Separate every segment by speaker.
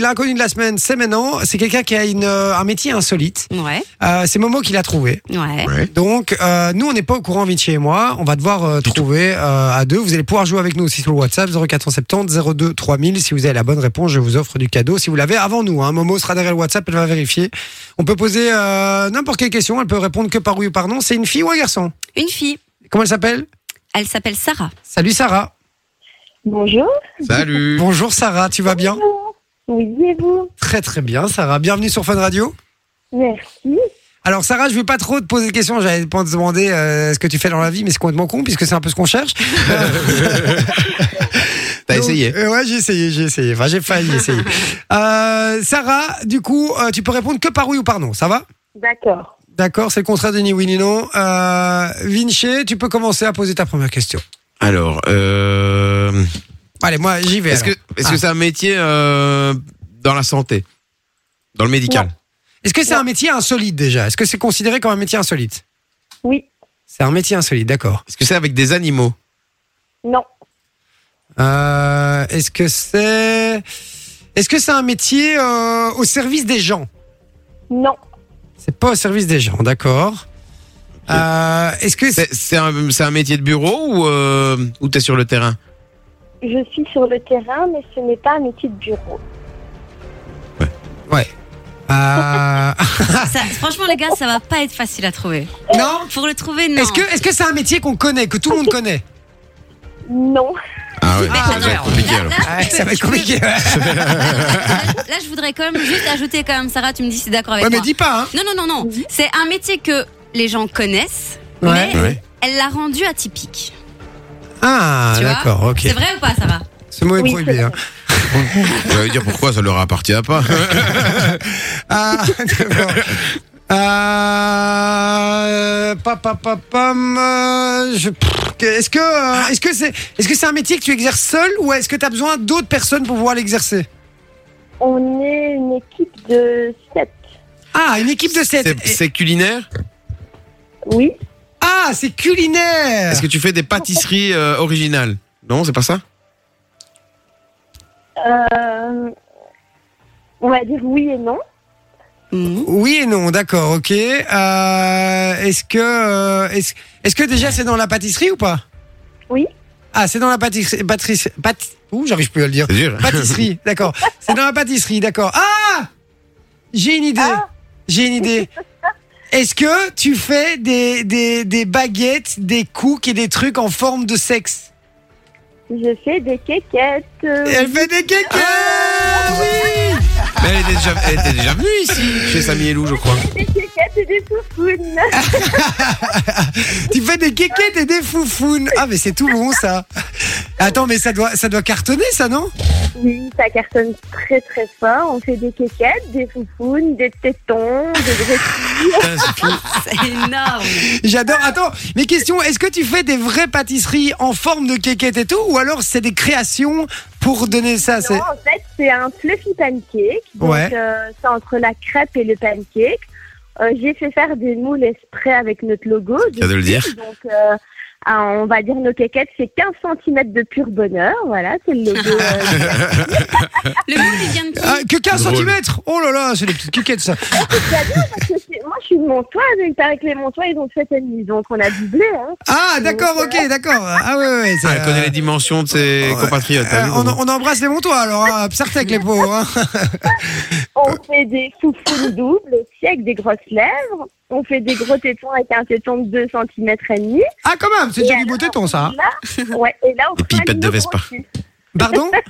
Speaker 1: L'inconnu de la semaine, c'est maintenant. C'est quelqu'un qui a une, euh, un métier insolite.
Speaker 2: Ouais,
Speaker 1: Euh, c'est Momo qui l'a trouvé.
Speaker 2: ouais.
Speaker 1: Donc, euh, nous, on n'est pas au courant, Vinci et moi. On va devoir euh, trouver euh, à deux. Vous allez pouvoir jouer avec nous aussi sur le WhatsApp 0470 02 3000. Si vous avez la bonne réponse, je vous offre du cadeau. Si vous l'avez avant nous, hein, Momo sera derrière le WhatsApp, elle va vérifier. On peut poser euh, n'importe quelle question. Elle peut répondre que par oui ou par non. C'est une fille ou un garçon
Speaker 2: Une fille,
Speaker 1: Comment elle s'appelle
Speaker 2: elle s'appelle Sarah.
Speaker 1: Salut Sarah.
Speaker 3: Bonjour.
Speaker 4: Salut
Speaker 1: Bonjour Sarah, tu vas bien
Speaker 3: Oui, et vous
Speaker 1: Très très bien Sarah. Bienvenue sur Fun Radio.
Speaker 3: Merci.
Speaker 1: Alors Sarah, je vais pas trop te poser de questions. J'allais pas te demander euh, ce que tu fais dans la vie, mais c'est complètement con puisque c'est un peu ce qu'on cherche.
Speaker 4: T'as
Speaker 1: Donc,
Speaker 4: essayé
Speaker 1: euh, Ouais, j'ai essayé, j'ai essayé. Enfin, j'ai failli essayer. Euh, Sarah, du coup, euh, tu peux répondre que par oui ou par non. Ça va
Speaker 3: D'accord.
Speaker 1: D'accord, c'est le contraire de ni oui ni non. Euh, Vinci, tu peux commencer à poser ta première question.
Speaker 4: Alors, euh,
Speaker 1: Allez, moi j'y vais.
Speaker 4: est-ce que
Speaker 1: alors.
Speaker 4: est-ce que c'est un métier euh, dans la santé Dans le médical
Speaker 1: Est-ce que c'est un métier insolite déjà Est-ce que c'est considéré comme un métier insolite
Speaker 3: Oui.
Speaker 1: C'est un métier insolite, d'accord.
Speaker 4: Est-ce que c'est avec des animaux
Speaker 3: Non.
Speaker 1: Euh, Est-ce que c'est est-ce que c'est un métier euh, au service des gens
Speaker 3: Non.
Speaker 1: C'est pas au service des gens, d'accord. Euh, Est-ce que c'est
Speaker 4: C'est c'est un, c'est un métier de bureau ou, euh, ou t'es sur le terrain
Speaker 3: Je suis sur le terrain, mais ce n'est pas un métier de bureau.
Speaker 1: euh,
Speaker 2: Ça- franchement, les gars, ça va pas être facile à trouver.
Speaker 1: non
Speaker 2: Pour le trouver, non.
Speaker 1: Est-ce que est-ce que c'est un métier qu'on connaît, que tout le monde connaît
Speaker 3: Non.
Speaker 4: Ah ouais,
Speaker 2: Ah,
Speaker 4: ça va
Speaker 2: non.
Speaker 4: être compliqué
Speaker 2: Là,
Speaker 4: alors.
Speaker 2: là,
Speaker 1: Ah,
Speaker 2: je peux-
Speaker 1: Ça va être
Speaker 2: je peux-
Speaker 1: compliqué. Ouais,
Speaker 2: Là, je voudrais quand même juste ajouter, quand même, Sarah, tu me dis si t'es d'accord avec
Speaker 1: mais
Speaker 2: moi.
Speaker 1: dis pas. Hein.
Speaker 2: Non, non, non, non. C'est un métier que les gens connaissent,
Speaker 1: Ouais.
Speaker 2: mais
Speaker 4: Ouais.
Speaker 2: elle l'a rendu atypique.
Speaker 1: Ah,
Speaker 2: Tu vois
Speaker 1: d'accord, ok.
Speaker 2: C'est vrai ou pas, Sarah
Speaker 1: Ce mot est
Speaker 3: Oui,
Speaker 1: prohibé.
Speaker 3: c'est
Speaker 1: hein.
Speaker 4: J'allais dire pourquoi ça leur appartient pas.
Speaker 1: Ah, d'accord. Euh, pa, pa, pa, pam, euh, je- pff, Est-ce que euh, est-ce que c'est est-ce que c'est un métier que tu exerces seul ou est-ce que tu as besoin d'autres personnes pour pouvoir l'exercer
Speaker 3: On est une équipe de 7.
Speaker 1: Ah, une équipe de sept.
Speaker 4: C'est- C'est culinaire
Speaker 3: Oui.
Speaker 1: Ah, c'est culinaire.
Speaker 4: Est-ce que tu fais des pâtisseries euh, originales Non, c'est pas ça
Speaker 3: Euh, on va dire oui et non.
Speaker 2: Mhm.
Speaker 1: Oui et non, d'accord, ok. Euh, est-ce que euh, est-ce est-ce que déjà c'est dans la pâtisserie ou pas
Speaker 3: Oui.
Speaker 1: Ah, c'est dans la pâtisserie. Pâtisserie. pâti- Ouh, j'arrive plus à le dire.
Speaker 4: C'est dur. hein.
Speaker 1: Pâtisserie, d'accord. C'est dans la pâtisserie, d'accord. Ah J'ai une idée.
Speaker 3: Ah.
Speaker 1: J'ai une idée. Est-ce que tu fais des, des, des baguettes, des cookies et des trucs en forme de sexe
Speaker 3: Je fais des quéquettes. euh,
Speaker 1: Elle fait des cakes oui
Speaker 4: Mais elle était, déjà, elle était déjà venue ici, chez Samy et Lou, je crois.
Speaker 3: Des quéquettes et des foufounes. Ah,
Speaker 1: Tu fais des quéquettes et des foufounes. Ah, mais c'est tout bon, ça. Attends, mais ça doit, ça doit cartonner, ça, non
Speaker 3: Oui, ça cartonne très très fort. On fait des quéquettes, des foufounes, des tétons, des vrais-
Speaker 4: Putain, c'est fou.
Speaker 2: C'est énorme.
Speaker 1: J'adore. Attends, mes questions. Est-ce que tu fais des vraies pâtisseries en forme de quéquettes et tout Ou alors c'est des créations pour donner ça c'est...
Speaker 3: Non, en fait, c'est un fluffy pancake. Donc,
Speaker 1: Ouais.
Speaker 3: euh, c'est entre la crêpe et le pancake. Euh, J'ai fait faire des moules exprès avec notre logo.
Speaker 4: T'as de le dire.
Speaker 3: Donc, euh, ah, on va dire nos quéquettes, c'est 15 cm de pur bonheur. Voilà, c'est le logo. euh,
Speaker 2: Le monde, il vient de
Speaker 1: Ah,
Speaker 2: qui
Speaker 1: que 15
Speaker 4: Drôle.
Speaker 1: cm Oh là là, c'est des petites quéquettes, ça.
Speaker 3: parce que c'est- Moi, je suis de Montois. Il paraît que les Montois, ils ont fait une mise. Donc, on a doublé. Hein.
Speaker 1: Ah, d'accord, ok, d'accord. Ah ouais, ouais. c'est,
Speaker 4: Ah, elle connaît les dimensions de ses
Speaker 1: ouais.
Speaker 4: compatriotes.
Speaker 1: euh,
Speaker 4: hein, t'as vu,
Speaker 1: on,
Speaker 4: comment
Speaker 1: on embrasse les montois, alors. Hein. Psartec, les pauvres. hein.
Speaker 3: On fait des foufounes doubles aussi avec des grosses lèvres. On fait des gros tétons avec un téton de 2 cm et demi.
Speaker 1: Ah, quand même, c'est
Speaker 3: Et
Speaker 1: déjà du
Speaker 3: alors,
Speaker 1: beau téton, ça. hein.
Speaker 3: Là, ouais, et là, on
Speaker 4: Des
Speaker 3: fera
Speaker 4: pipettes de
Speaker 3: nos
Speaker 4: Vespa.
Speaker 3: gros culs.
Speaker 1: Pardon
Speaker 3: Ben,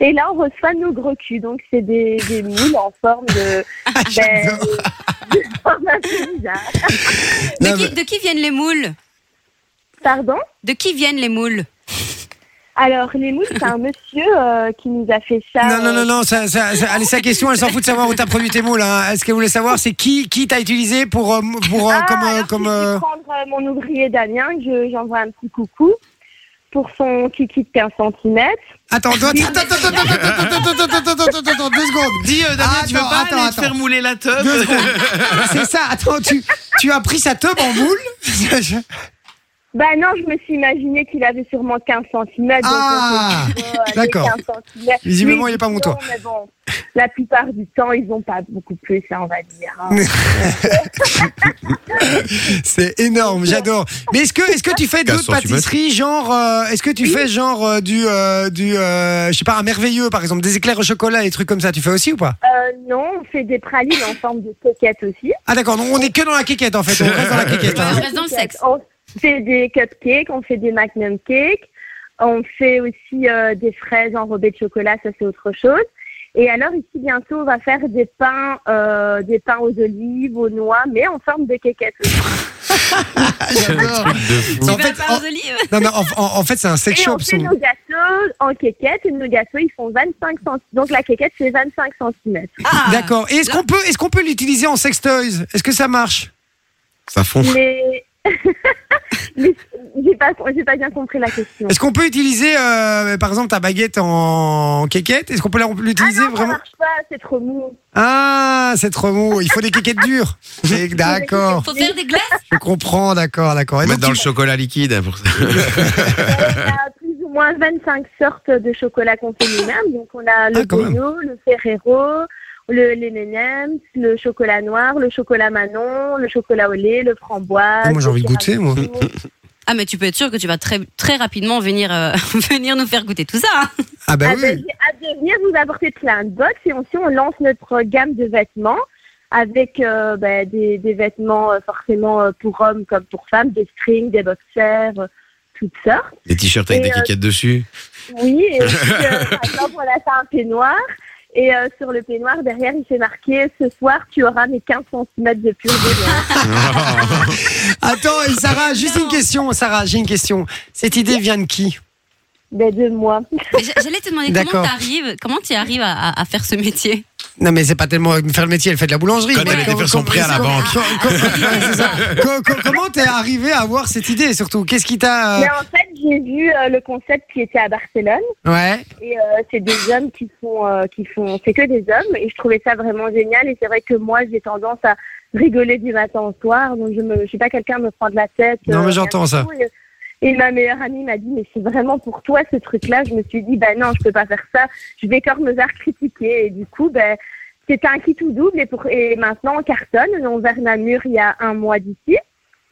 Speaker 3: Et là, on reçoit nos gros culs. Donc, c'est des, des moules en forme de.
Speaker 1: Ah,
Speaker 3: ben, de forme un peu bizarre.
Speaker 1: Non,
Speaker 2: de, qui
Speaker 1: mais-
Speaker 2: de qui viennent les moules
Speaker 3: Pardon
Speaker 2: De qui viennent les moules
Speaker 3: Alors, les moules, c'est un monsieur euh, qui nous a fait ça.
Speaker 1: Non, non, non, non, ça, ça- ça- allez, sa question, elle s'en fout de savoir où t'as produit tes moules. Hein. Est-ce qu'elle voulait savoir c'est qui, qui t'a utilisé pour, euh, pour euh,
Speaker 3: Ah,
Speaker 1: comme, euh,
Speaker 3: alors,
Speaker 1: comme
Speaker 3: j'ai dû
Speaker 1: euh,
Speaker 3: prendre euh, mon ouvrier Damien, que je- j'envoie un petit coucou pour son kiki de 15 cm.
Speaker 1: Attends, attends, attends, attends, attends, attends, attends, attends, attends, attends, attends, deux secondes.
Speaker 4: Dis, euh, Damien, tu veux
Speaker 1: Attends,
Speaker 4: pas
Speaker 1: attends,
Speaker 4: aller te
Speaker 1: attends.
Speaker 4: faire mouler la teub
Speaker 1: Deux secondes. C'est ça, attends, tu, tu as pris sa teub en boule
Speaker 3: Bah non, je me suis imaginé qu'il avait sûrement 15 cm.
Speaker 1: Ah
Speaker 3: euh,
Speaker 1: D'accord. Visiblement, il est pas mon toit.
Speaker 3: Mais bon, la plupart du temps, ils n'ont pas beaucoup plus, ça, on va dire. hein.
Speaker 1: C'est énorme, j'adore. Mais est-ce que, est-ce que tu fais d'autres
Speaker 4: 15 centimètres.
Speaker 1: pâtisseries, genre, euh, est-ce que tu fais genre euh, du, euh, du euh, je sais pas, un merveilleux, par exemple, des éclairs au chocolat, des trucs comme ça, tu fais aussi ou pas
Speaker 3: Euh, non, on fait des pralines en forme de coquette aussi.
Speaker 1: Ah d'accord, non, on est que dans la quiquette en fait, on reste dans la quiquette. hein.
Speaker 2: Ouais, on reste dans le sexe.
Speaker 3: On fait des cupcakes, on fait des magnum cakes, on fait aussi euh, des fraises enrobées de chocolat, ça c'est autre chose. Et alors ici bientôt on va faire des pains, euh, des pains aux olives, aux noix, mais en forme de cakette. aussi.
Speaker 1: J'adore.
Speaker 4: De fou.
Speaker 1: En
Speaker 2: Tu vas
Speaker 1: fait,
Speaker 2: pas
Speaker 1: en-
Speaker 2: aux olives
Speaker 1: Non, non, en, en- en fait, c'est un sex
Speaker 3: Et
Speaker 1: shop.
Speaker 3: on fait
Speaker 1: son-
Speaker 3: nos gâteaux en cakette et nos gâteaux ils font 25 cm. Donc la cakette c'est 25 cm.
Speaker 2: Ah.
Speaker 1: D'accord. Et est-ce
Speaker 2: Là-
Speaker 1: qu'on peut, est-ce qu'on peut l'utiliser en sex toys Est-ce que ça marche
Speaker 4: Ça fond.
Speaker 3: Mais, mais j'ai pas, j'ai pas bien compris la question.
Speaker 1: Est-ce qu'on peut utiliser, euh, par exemple, ta baguette en, en quéquette Est-ce qu'on peut la- l'utiliser
Speaker 3: Ça
Speaker 1: vraiment
Speaker 3: marche pas, c'est trop mou.
Speaker 1: Ah, c'est trop mou. Il faut des quéquettes dures. Et- D'accord.
Speaker 2: Faut faire des glaces
Speaker 1: Je comprends. D'accord, d'accord. Et donc,
Speaker 4: Mettre
Speaker 1: tu-
Speaker 4: dans le chocolat liquide hein, pour ça.
Speaker 3: On a plus ou moins 25 sortes de chocolat qu'on fait nous-mêmes. Donc, on a le
Speaker 1: Ah, quand même.
Speaker 3: Bono, le Ferrero, le, les M&M's, le chocolat noir, le chocolat Manon, le chocolat au lait, le framboise.
Speaker 1: Ah, moi, j'ai envie de goûter, moi.
Speaker 2: Ah, mais tu peux être sûr que tu vas très, très rapidement venir, euh, venir nous faire goûter tout ça. hein.
Speaker 1: Ah bah
Speaker 3: à,
Speaker 1: oui.
Speaker 3: devenir- ben, à devenir, vous apportez plein de box et aussi on lance notre gamme de vêtements avec euh, ben, des, des vêtements euh, forcément euh, pour hommes comme pour femmes, des strings, des boxers, euh, toutes sortes.
Speaker 4: Des t-shirts avec
Speaker 3: Et,
Speaker 4: des
Speaker 3: euh,
Speaker 4: quiquettes dessus.
Speaker 3: Oui, et puis, euh, par exemple, on a fait un peignoir. Et euh, sur le peignoir, derrière, il fait marqué Ce soir, tu auras mes 15 cm de pur bonheur.
Speaker 4: Oh,
Speaker 1: Attends, et Sarah, juste une question. Sarah, j'ai une question. Cette idée vient de qui
Speaker 3: Ben, de moi.
Speaker 2: Mais j'a- J'allais te demander comment
Speaker 1: D'accord.
Speaker 2: t'arrives, comment tu arrives à, à- à faire ce métier.
Speaker 1: Non, mais c'est pas tellement faire le métier, elle fait de la boulangerie.
Speaker 4: Quand
Speaker 1: Mais
Speaker 4: elle était
Speaker 1: com-
Speaker 4: faire son
Speaker 1: com-
Speaker 4: prêt à la
Speaker 1: com-
Speaker 4: banque.
Speaker 1: com- com- ouais, c'est ça. Com- com- Comment t'es arrivé à avoir cette idée surtout Qu'est-ce qui t'a. euh,
Speaker 3: Mais en fait, j'ai vu euh, le concept qui était à Barcelone.
Speaker 1: Ouais.
Speaker 3: Et euh, c'est des hommes qui font. euh, qui font c'est que des hommes. Et je trouvais ça vraiment génial. Et c'est vrai que moi, j'ai tendance à rigoler du matin au soir. Donc, je ne je suis pas quelqu'un de me prendre la tête.
Speaker 1: Non, mais
Speaker 3: euh,
Speaker 1: j'entends ça.
Speaker 3: Et, et ma meilleure amie m'a dit, mais c'est vraiment pour toi ce truc-là. Je me suis dit, bah non, je peux pas faire ça. Je vais quand me faire critiquer. Et du coup, ben, c'était un kit tout double. Et, pour, et maintenant, on cartonne. On est ouvert Namur il y a un mois d'ici.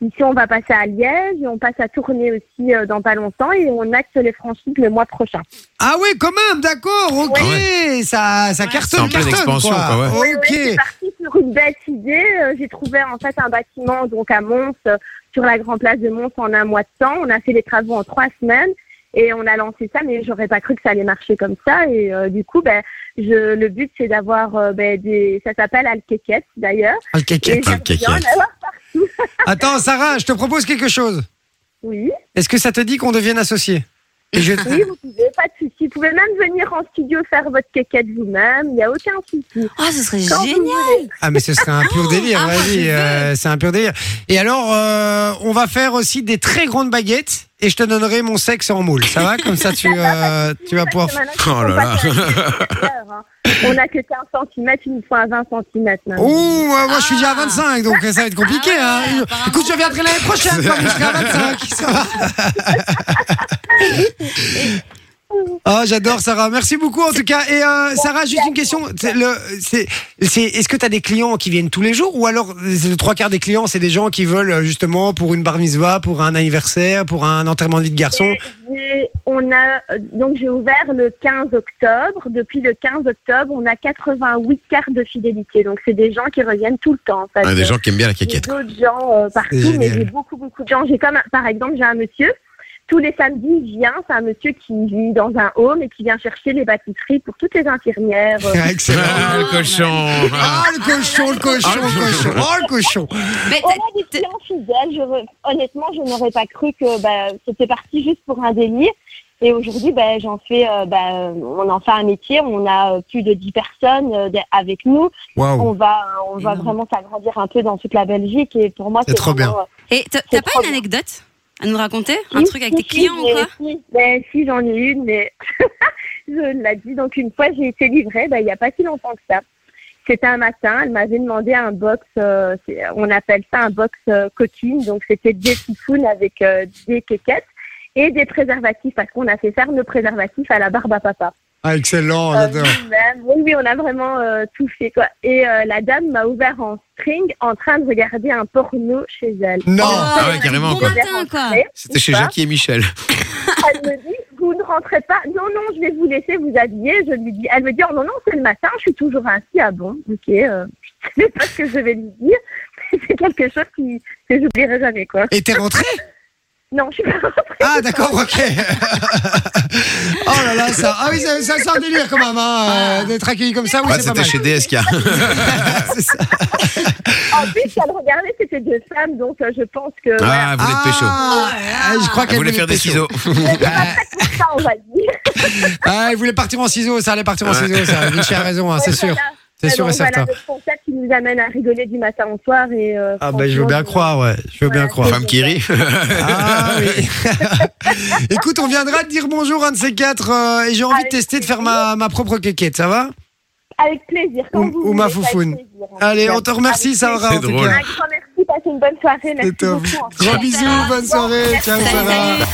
Speaker 3: Ici, on va passer à Liège. Et on passe à Tournai aussi euh, dans pas longtemps. Et on acte les franchises le mois prochain.
Speaker 1: Ah ouais, quand même, d'accord, ok.
Speaker 4: Ah
Speaker 1: Ça, ça cartonne.
Speaker 4: C'est en pleine
Speaker 1: cartonne,
Speaker 4: expansion, quoi,
Speaker 1: quoi.
Speaker 3: Oui, oui, c'est
Speaker 1: Ok.
Speaker 3: parti sur une bête idée. Euh, J'ai trouvé en fait un bâtiment donc à Mons, euh, sur la grande place de Mons en un mois de temps. On a fait les travaux en trois semaines et on a lancé ça, mais j'aurais pas cru que ça allait marcher comme ça. Et euh, du coup, ben, je, le but c'est d'avoir euh, ben, des. Ça s'appelle Alquéquette d'ailleurs.
Speaker 1: Ah, le kéké.
Speaker 3: Et j'aimerais bien
Speaker 4: Alquéquette.
Speaker 3: en avoir-
Speaker 1: Attends, Sarah, je te propose quelque chose.
Speaker 3: Oui,
Speaker 1: Est-ce que ça te dit qu'on devienne associés Et je-
Speaker 3: oui, vous pouvez, pas de souci. Vous pouvez même venir en studio faire votre quéquette vous-même. Il n'y a aucun souci.
Speaker 2: Ah, ce serait
Speaker 3: Quand vous
Speaker 2: génial.
Speaker 3: voulez.
Speaker 1: Ah mais ce serait un pur délire,
Speaker 2: Ah, moi, je
Speaker 1: vas-y,
Speaker 2: veux.
Speaker 1: euh, c'est un pur délire. Et alors, euh, on va faire aussi des très grandes baguettes et je te donnerai mon sexe en moule. Ça va Comme ça, tu, euh, tu vas pouvoir...
Speaker 3: Parce que maintenant,
Speaker 4: Oh là là.
Speaker 3: hein. On n'a que 15 cm, il nous faut un 20 cm.
Speaker 1: Ouh, euh, moi je suis déjà à 25, donc euh, ça va être compliqué.
Speaker 2: Ah ouais,
Speaker 1: hein.
Speaker 2: apparemment.
Speaker 1: Écoute, je viendrai l'année prochaine, quand je serai à 25. Ça va Ah, j'adore Sarah. Merci beaucoup en tout cas. Et euh, Sarah, juste une question. C'est le- c'est- c'est- Est-ce que tu as des clients qui viennent tous les jours ou alors c'est le trois quarts des clients, c'est des gens qui veulent euh, justement pour une bar mitzvah, pour un anniversaire, pour un enterrement de vie de garçon
Speaker 3: J'ai- On a euh, donc j'ai ouvert le 15 octobre. Depuis le 15 octobre, on a 88 cartes de fidélité. Donc c'est des gens qui reviennent tout le temps. En fait.
Speaker 4: Ah, Des gens qui aiment bien la
Speaker 3: J'ai
Speaker 4: quiquette.
Speaker 3: d'autres gens euh, partout,
Speaker 1: génial.
Speaker 3: mais j'ai beaucoup beaucoup de gens. J'ai comme un- par exemple j'ai un monsieur. Tous les samedis, il vient. C'est un monsieur qui vit dans un home et qui vient chercher les pâtisseries pour toutes les infirmières. euh,
Speaker 1: Excellent.
Speaker 4: Ah, le cochon.
Speaker 1: Ah, le cochon, le cochon, le cochon. Oh, le cochon.
Speaker 2: Mais
Speaker 3: On
Speaker 2: t'as-
Speaker 3: a des clients fidèles. Je re- Honnêtement, je n'aurais pas cru que bah, c'était parti juste pour un délire. Et aujourd'hui, bah, j'en fais, euh, bah, on en fait un métier. On a euh, plus de 10 personnes euh, d- avec nous.
Speaker 1: Waouh.
Speaker 3: On va, euh, on va
Speaker 2: Énorme.
Speaker 3: vraiment s'agrandir un peu dans toute la Belgique. Et pour moi,
Speaker 1: C'est
Speaker 3: c'est
Speaker 1: trop bien.
Speaker 3: vraiment, euh,
Speaker 2: et t'as
Speaker 3: C'est
Speaker 2: t'as pas
Speaker 3: trop
Speaker 2: une
Speaker 3: bien.
Speaker 2: anecdote à nous raconter Un
Speaker 3: si,
Speaker 2: truc avec
Speaker 3: si,
Speaker 2: tes clients
Speaker 3: si,
Speaker 2: ou quoi
Speaker 3: mais si, ben, si, j'en ai une, mais je l'ai dit. Donc, une fois, j'ai été livrée, ben, il n'y a pas si longtemps que ça. C'était un matin, elle m'avait demandé un box, euh, c'est- on appelle ça un box euh, coquine, donc c'était des foufounes avec euh, des quéquettes et des préservatifs, parce qu'on a fait faire nos préservatifs à la barbe à papa.
Speaker 1: Ah, excellent,
Speaker 3: Euh,
Speaker 1: j'adore.
Speaker 3: nous-mêmes. oui, oui, on a vraiment euh, tout fait. Quoi. Et euh, la dame m'a ouvert en string en train de regarder un porno chez elle.
Speaker 1: Non.
Speaker 4: Ah ouais, carrément,
Speaker 2: Oh, Bon
Speaker 4: quoi.
Speaker 2: matin, quoi.
Speaker 3: Et
Speaker 4: C'était chez
Speaker 3: Ou pas.
Speaker 4: Jackie et Michel.
Speaker 3: Elle me dit, vous ne rentrez pas. Non, non, je vais vous laisser vous habiller. Je lui dis, elle me dit, oh non, non, c'est le matin, je suis toujours ainsi. Ah bon, ok. euh, je sais pas ce que je vais lui dire. C'est quelque chose qui, que j'oublierai jamais, quoi.
Speaker 1: Et t'es rentré
Speaker 3: Non, je suis pas rentrée.
Speaker 1: Ah, d'accord, ok. oh là là, ça. Ah oui, ça, ça c'est un délire quand même, hein, euh, d'être accueilli comme ça. Oui,
Speaker 4: Ah. Ouais,
Speaker 1: c'est pas
Speaker 4: c'était
Speaker 1: mal.
Speaker 4: chez Ah, DSK.
Speaker 1: C'est ça.
Speaker 3: En plus, elle regardait, c'était deux femmes, donc euh, je pense que
Speaker 4: Ah, vous êtes pécho.
Speaker 1: Ah, ah, je crois
Speaker 4: Elle
Speaker 1: qu'elle
Speaker 4: voulait faire des
Speaker 1: pécho.
Speaker 4: ciseaux.
Speaker 1: Ah,
Speaker 3: ça, on va dire.
Speaker 1: ah, elle voulait partir en ciseaux, ça allait partir en
Speaker 4: Ouais.
Speaker 1: ciseaux, ça. Vinci a raison, hein, c'est sûr.
Speaker 3: Voilà.
Speaker 1: C'est sûr et
Speaker 3: Alors,
Speaker 1: certain.
Speaker 3: Voilà, le concept qui nous amène à rigoler du matin au soir. Et, euh,
Speaker 1: Ah, ben, je veux bien
Speaker 3: franchement,
Speaker 1: croire, ouais. Je veux bien
Speaker 3: Ouais.
Speaker 1: croire.
Speaker 4: Femme qui rit.
Speaker 1: Ah oui. Écoute, on viendra te dire bonjour un de ces quatre euh, et j'ai envie de
Speaker 3: Avec
Speaker 1: tester de faire ma, ma propre quéquette, ça va
Speaker 3: Avec plaisir. Quand
Speaker 1: Ou-
Speaker 3: vous
Speaker 1: ou
Speaker 3: voulez,
Speaker 1: ma
Speaker 3: avec
Speaker 1: foufoune.
Speaker 3: plaisir, en
Speaker 1: Allez,
Speaker 3: tout cas.
Speaker 1: on te remercie,
Speaker 3: Avec
Speaker 1: Sarah.
Speaker 4: C'est
Speaker 1: en tout
Speaker 4: drôle.
Speaker 1: cas.
Speaker 3: plaisir. Un grand merci, passez une bonne soirée. Merci
Speaker 1: C'est top.
Speaker 3: beaucoup. hein.
Speaker 1: Gros bisous, bonne soirée. Ciao,
Speaker 2: Salut,
Speaker 1: Sarah.
Speaker 2: salut.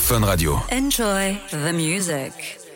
Speaker 5: Fun Radio.
Speaker 6: Enjoy the music.